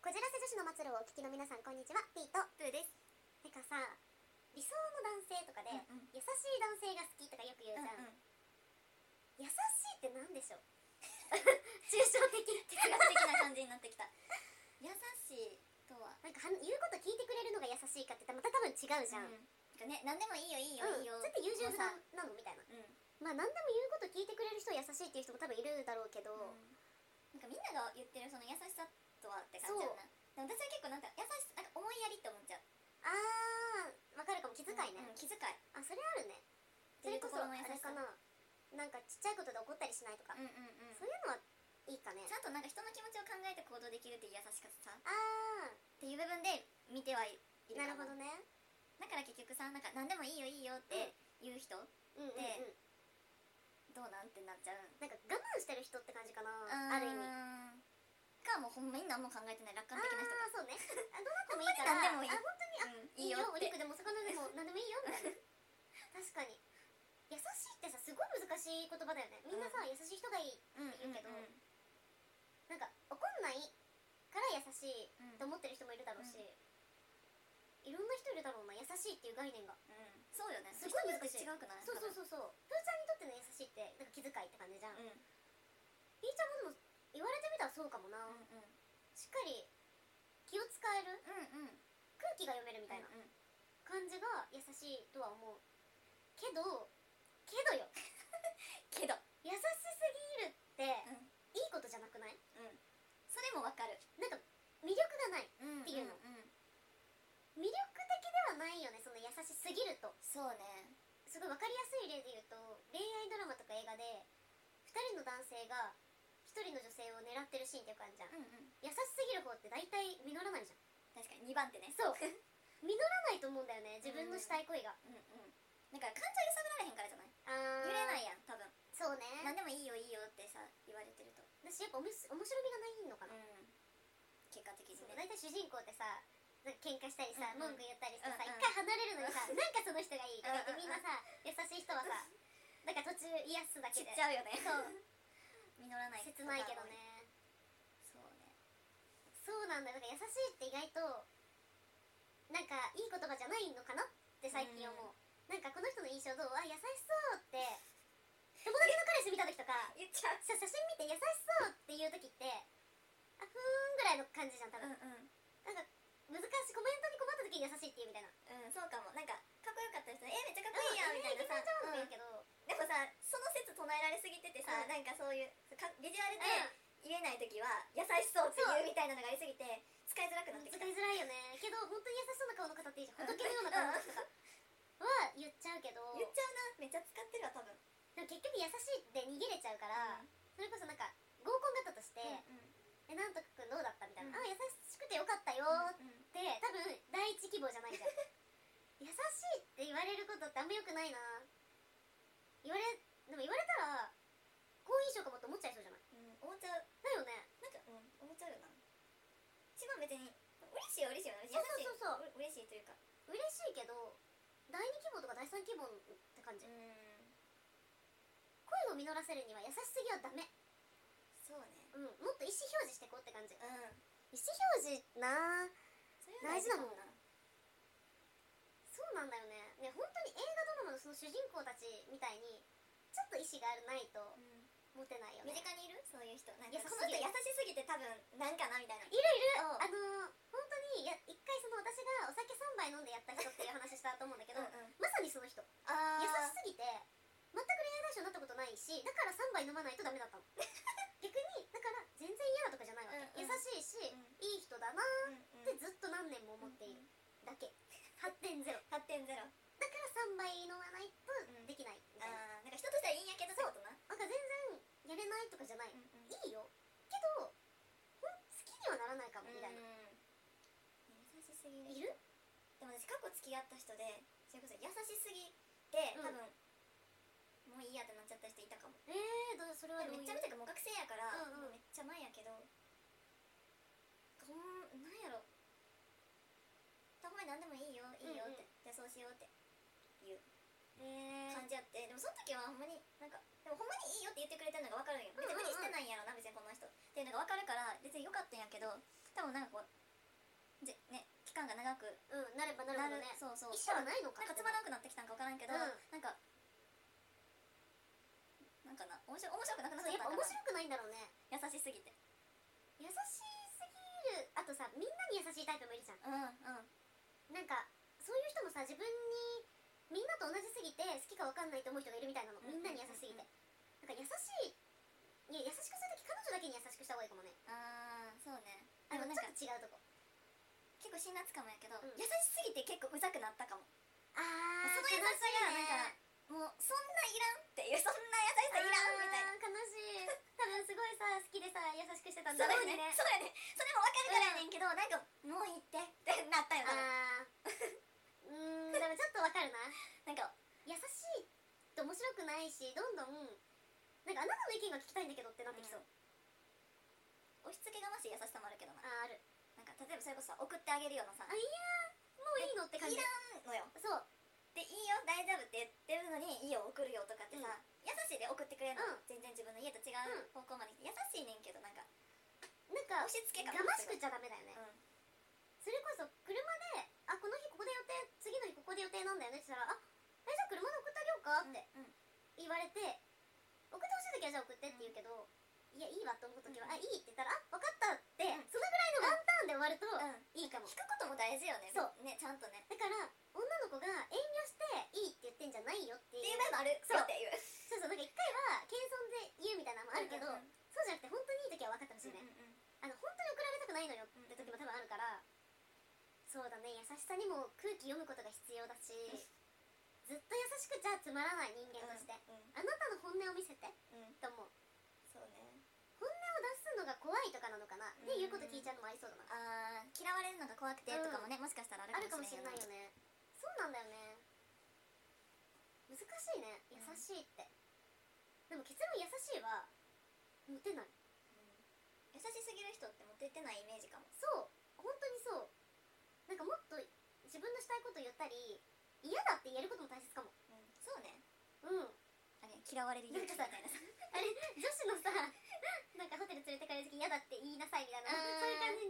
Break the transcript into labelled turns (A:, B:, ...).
A: の末路をお聞きの皆さんこんにちはピート
B: プーです
A: なんかさ理想の男性とかで、
B: うんうん
A: 優しい男性が好きとかよく言うじゃん、
B: うんうん
A: 優しいってなんでしょう 抽象的
B: 哲学的な感じになってきた 優しいとは
A: なんかはん言うこと聞いてくれるのが優しいかって言ったらまた多分違うじゃん、うん
B: なんかね何でもいいよいいよいいよ
A: ちょっと優柔不断
B: もうさ
A: なのみたいな
B: うん
A: まあ何でも言うこと聞いてくれる人は優しいっていう人も多分いるだろうけど、
B: なんかみんなが言ってるその優しさとはって感じやなでも私は結構なんか優しさなんか思いやりって思っちゃう
A: あーわかるかも気遣いね、
B: うん気遣い
A: あそれあるねそれこそ
B: っていう
A: あ
B: ところの優しさ
A: れかななんかちっちゃいことで怒ったりしないとか、
B: うんうんうん
A: そういうのはいいかね
B: ちゃんとなんか人の気持ちを考えて行動できるっていう優しさっ
A: あ
B: ていう部分で見てはい
A: ー
B: る
A: な
B: か
A: るほどね
B: だから結局さなんか何でもいいよいいよって言う人、
A: うんうんうん
B: でどうなんってなっちゃう
A: なんか我慢してる人って感じかなある意味
B: 味かもうほんまに何も考えてない楽
A: あ
B: 観的な人
A: ーそうねあどうなってもいいから
B: 本当に何でもいい
A: あ本
B: うん
A: 当にいいよ
B: っ
A: お
B: て
A: 肉でもお魚でも何でもいいよみたいな確かに優しいってさすごい難しい言葉だよねみんなさ、優しい人がいい
B: うんうん
A: 言うけど
B: うん
A: なんか怒んないから優しい
B: うん
A: と思ってる人もいるだろうし、
B: うん
A: いろんな人いるだろうな優しいっていう概念が
B: うんそうよね
A: すごい難しい
B: 人によって違うくない
A: そうそうそうそうプーちゃんにとっての優しいってなんか気遣いって感じじゃ
B: 多
A: ん、
B: 分うん
A: ピーちゃんもでも言われてみたらそうかもな、
B: うんうん
A: しっかり気を使える
B: うんうん
A: 空気が読めるみたいな
B: うんうん
A: 感じが優しいとは思うけどけどよ
B: けど
A: 優しすぎるって
B: うんうん
A: いいことじゃなくない
B: それもわかる
A: なんか魅力がない
B: っ
A: っていうの魅力的ではないよねその優しすぎると
B: そうね
A: すごい分かりやすい例で言うと恋愛ドラマとか映画で2人の男性が1人の女性を狙ってるシーンっていう感じじゃん
B: うんうん
A: 優しすぎる方って大体実らないじゃん
B: 確かに二番手ね
A: そう実らないと思うんだよね自分のしたい恋が、
B: うんうんだから感情揺さぶられへんからじゃない
A: あー
B: 揺れないやん多分
A: そうね
B: 何でもいいよいいよってさ言われてると
A: 私やっぱおもし面白みがないのかな、
B: 結果的に
A: そう
B: ね
A: 大体主人公ってさなんか喧嘩したりさ、
B: う
A: 文
B: んうん
A: 句言ったりしてさ、
B: うん
A: 一回離れ
B: うん
A: るのにさ、なんかその人がいいとか言ってみなさ
B: うんうんんうん
A: 優しい人はさなんか途中癒やすだけで
B: ゃうよね
A: そう
B: 実らない
A: 切ないけどね
B: そうね
A: そうなんだよだから優しいって意外となんかいい言葉じゃないのかなって最近思う、なんかこの人の印象どうあ優しそうって友達の彼氏見た時とか
B: 言っちゃう
A: さ写真見て優しそうっていう時ってあふーんぐらいの感じじゃん多
B: うん
A: 分、な
B: うん
A: んか難しいコメントに困った時に優しいって言うみたいな
B: うんそうかもなんかかっこよかった人えめっちゃかっこいいやんみたいなさ、
A: うん
B: う
A: イケメンじゃんっ
B: ん
A: て言うけど、
B: でもさその説唱えられすぎててさ、
A: うん
B: なんかそういうかビジュアル
A: うん
B: で言えない時は優しそうって言うみたいなのがありすぎて使いづらくなってき
A: 使
B: た
A: いづらいよねけど本当に優しそうな顔の方っていいじゃん仏のような顔の人とかは言っちゃうけど
B: 言っちゃうなめっちゃ使ってるわ多分
A: でも結局優しいって逃げれちゃうから、
B: うん
A: それこそなんか合コンだったとして、えなんとかくんどうだったみたいな、
B: う
A: あ
B: ん
A: 優しくてよかったよーって、多分第一希望じゃないじゃん優しいって言われることってあんまよくないな言われでも言われたら好印象かもって思っちゃいそうじゃない
B: うん思っちゃう
A: だよね
B: なんかうん思っちゃうよな一番別に嬉しいよ嬉しいよ
A: そうそうそう
B: う嬉しいというか
A: 嬉しいけど第二希望とか第三希望って感じ
B: ん
A: 恋を実らせるには優しすぎはダメ、
B: そうね
A: うん、もっと意思表示してこうって感じ意
B: うん
A: 思表示なあ
B: それは大事だもんな
A: そうなんだよねね本当に映画ドラマのその主人公たちみたいにちょっと意思があるないとモテないよ
B: 身
A: ね
B: 近にいるそういう人なん
A: 優
B: か
A: しす
B: この
A: ぎる
B: 人優しすぎて多分なんかなみたいない
A: るいる
B: そう
A: あのー本当にいや一回その私がお酒3杯飲んでやった人っていう話したと思うんだけど
B: うんうん
A: まさにその人優
B: あ
A: し
B: 優
A: すぎ
B: し
A: て全く恋愛対象になったことないしだから3杯飲まないとダメだったの 逆にだから全然嫌だとかじゃないわけ、
B: うんう
A: 優
B: ん
A: しいし、
B: うん
A: いい人だな
B: さ
A: ーっ
B: で
A: てずっと何年も思っているだ け8.0だから
B: 8.0
A: 3杯飲まないとできないみたいな、
B: あーなんか人としてはいいんやけどそうことな
A: なんか全然やれないとかじゃない、
B: うんうん
A: いいよけど、うん、好きにはならないかもみたいな、
B: 優しすぎ
A: い
B: る
A: る
B: でも私過去付き合った人でそれこそ優しすぎて
A: うん
B: 多分もういいやってなっちゃった人いたかも
A: えー、どうそれは
B: で
A: ど
B: も
A: ういう
B: めっちゃめちゃもう学生やから
A: うんうん
B: もうめっちゃ前やけどこんなんやろたまに何でもいいよいいよ
A: う
B: って、
A: んうん
B: じゃあそうしようっていう
A: えー、
B: 感じやって、でもその時はほんまになんかでもほんまにいいよって言ってくれてるのが分かるんよ別に無理してないんやろな別にこの人っていうのが分かるから別に良かったんやけど多分なんかこうそうそう
A: 一緒はないのか
B: なんかつまらんくなってきたんか分からんけど、
A: うん
B: なんかなんかな面白面白くなくなっ
A: そう
B: ちゃ
A: やったぱ
B: っん
A: 面
B: かな
A: 白くないんだろうね
B: 優しすぎて
A: 優しすぎるあとさみんなに優しいタイプもいるじゃん
B: うんうん
A: なんかそういう人もさ自分にみんなと同じすぎて好きか分かんないと思う人がいるみたいなのみんなに優しすぎてなんか優しいいや優しくするとき彼女だけに優しくした方がいいかもね
B: ああそうね
A: あ
B: で
A: の
B: もなん
A: ち
B: か
A: ょっと違うとこ
B: 結構辛辣かもやけど、
A: うん
B: 優しすぎて結構うざくなったかも
A: あ
B: そ
A: あ
B: の優しさがなんかもうそんないらんっていうそんな優しさいらんみたいな
A: 悲しい多分すごいさ好きでさ優しくしてたん
B: そう
A: だ
B: だ
A: ろ
B: よ
A: う
B: ね
A: ね
B: そうだよねそれも分かるからやねんけど、なんかもういいってってなったよな
A: あーうーんでもちょっとわかるな
B: なんか
A: 優しいと面白くないしどんどんなんかあなたの意見が聞きたいんだけどってなってきそう、
B: 押し付けがましい優しさもあるけどな
A: あーある
B: なんか例えばそれこそさ送ってあげるようなさ
A: あいやーもういいのって感
B: い
A: じ
B: らんのよ
A: そう
B: でいいよ大丈夫って言ってるのにいいよ送るよとかってさ、
A: うん
B: 優しいで送ってくれるの、
A: うん
B: 全然自分の家と違う方向まで来て優しいねんけどなんか
A: なんか
B: 押し付け
A: が
B: か
A: ましくっちゃダメだよね、
B: うん
A: それこそ車で「あこの日ここで予定次の日ここで予定なんだよね」って言ったら「あえじゃあ車で送ってあげようか」って
B: うん
A: 言われて「送ってほしい時はじゃあ送って」って言うけど「いやいいわ」と思う時は「あいい」って言ったら「あ分かった」って
B: うん
A: そのぐらいのワンターンで終わると
B: うん
A: いいかも
B: 聞くことも大事よね
A: そう
B: ねちゃんとね
A: だから女の子が遠慮して「いい」って言ってんじゃないよって
B: って
A: い
B: いう
A: う
B: 場合もある
A: そう
B: っていう
A: そうそうなんか一回は謙遜で言うみたいなのもあるけど
B: うんうん
A: そうじゃなくて本当にいい時は分かってほしいね
B: うん
A: あの本当に送られたくないのよって時も多分あるから、そうだね優しさにも空気読むことが必要だし、ずっと優しくじゃつまらない人間として、
B: う
A: あなたの本音を見せて
B: んうん
A: と思う
B: そうね
A: 本音を出すのが怖いとかなのかな、っていうこと聞いちゃうのもありそうだな
B: あー嫌われるのが怖くてとかもね、もしかしたら
A: あ
B: あ
A: る
B: る
A: か
B: か
A: も
B: も
A: し
B: し
A: れ
B: れ
A: な
B: ないい
A: よねそうなんだよね難しいね優しいって、でも結論優しいはモテない
B: うん優しすぎる人ってモテてないイメージかも
A: そう本当にそうなんかもっと自分のしたいこと言ったり嫌だって言えることも大切かも
B: うんそうね
A: うん
B: あれ嫌われる勇気みたいなさ
A: あれ女子のさなんかホテル連れてかれる時嫌だって言いなさいみたいな
B: あー
A: そういう感じに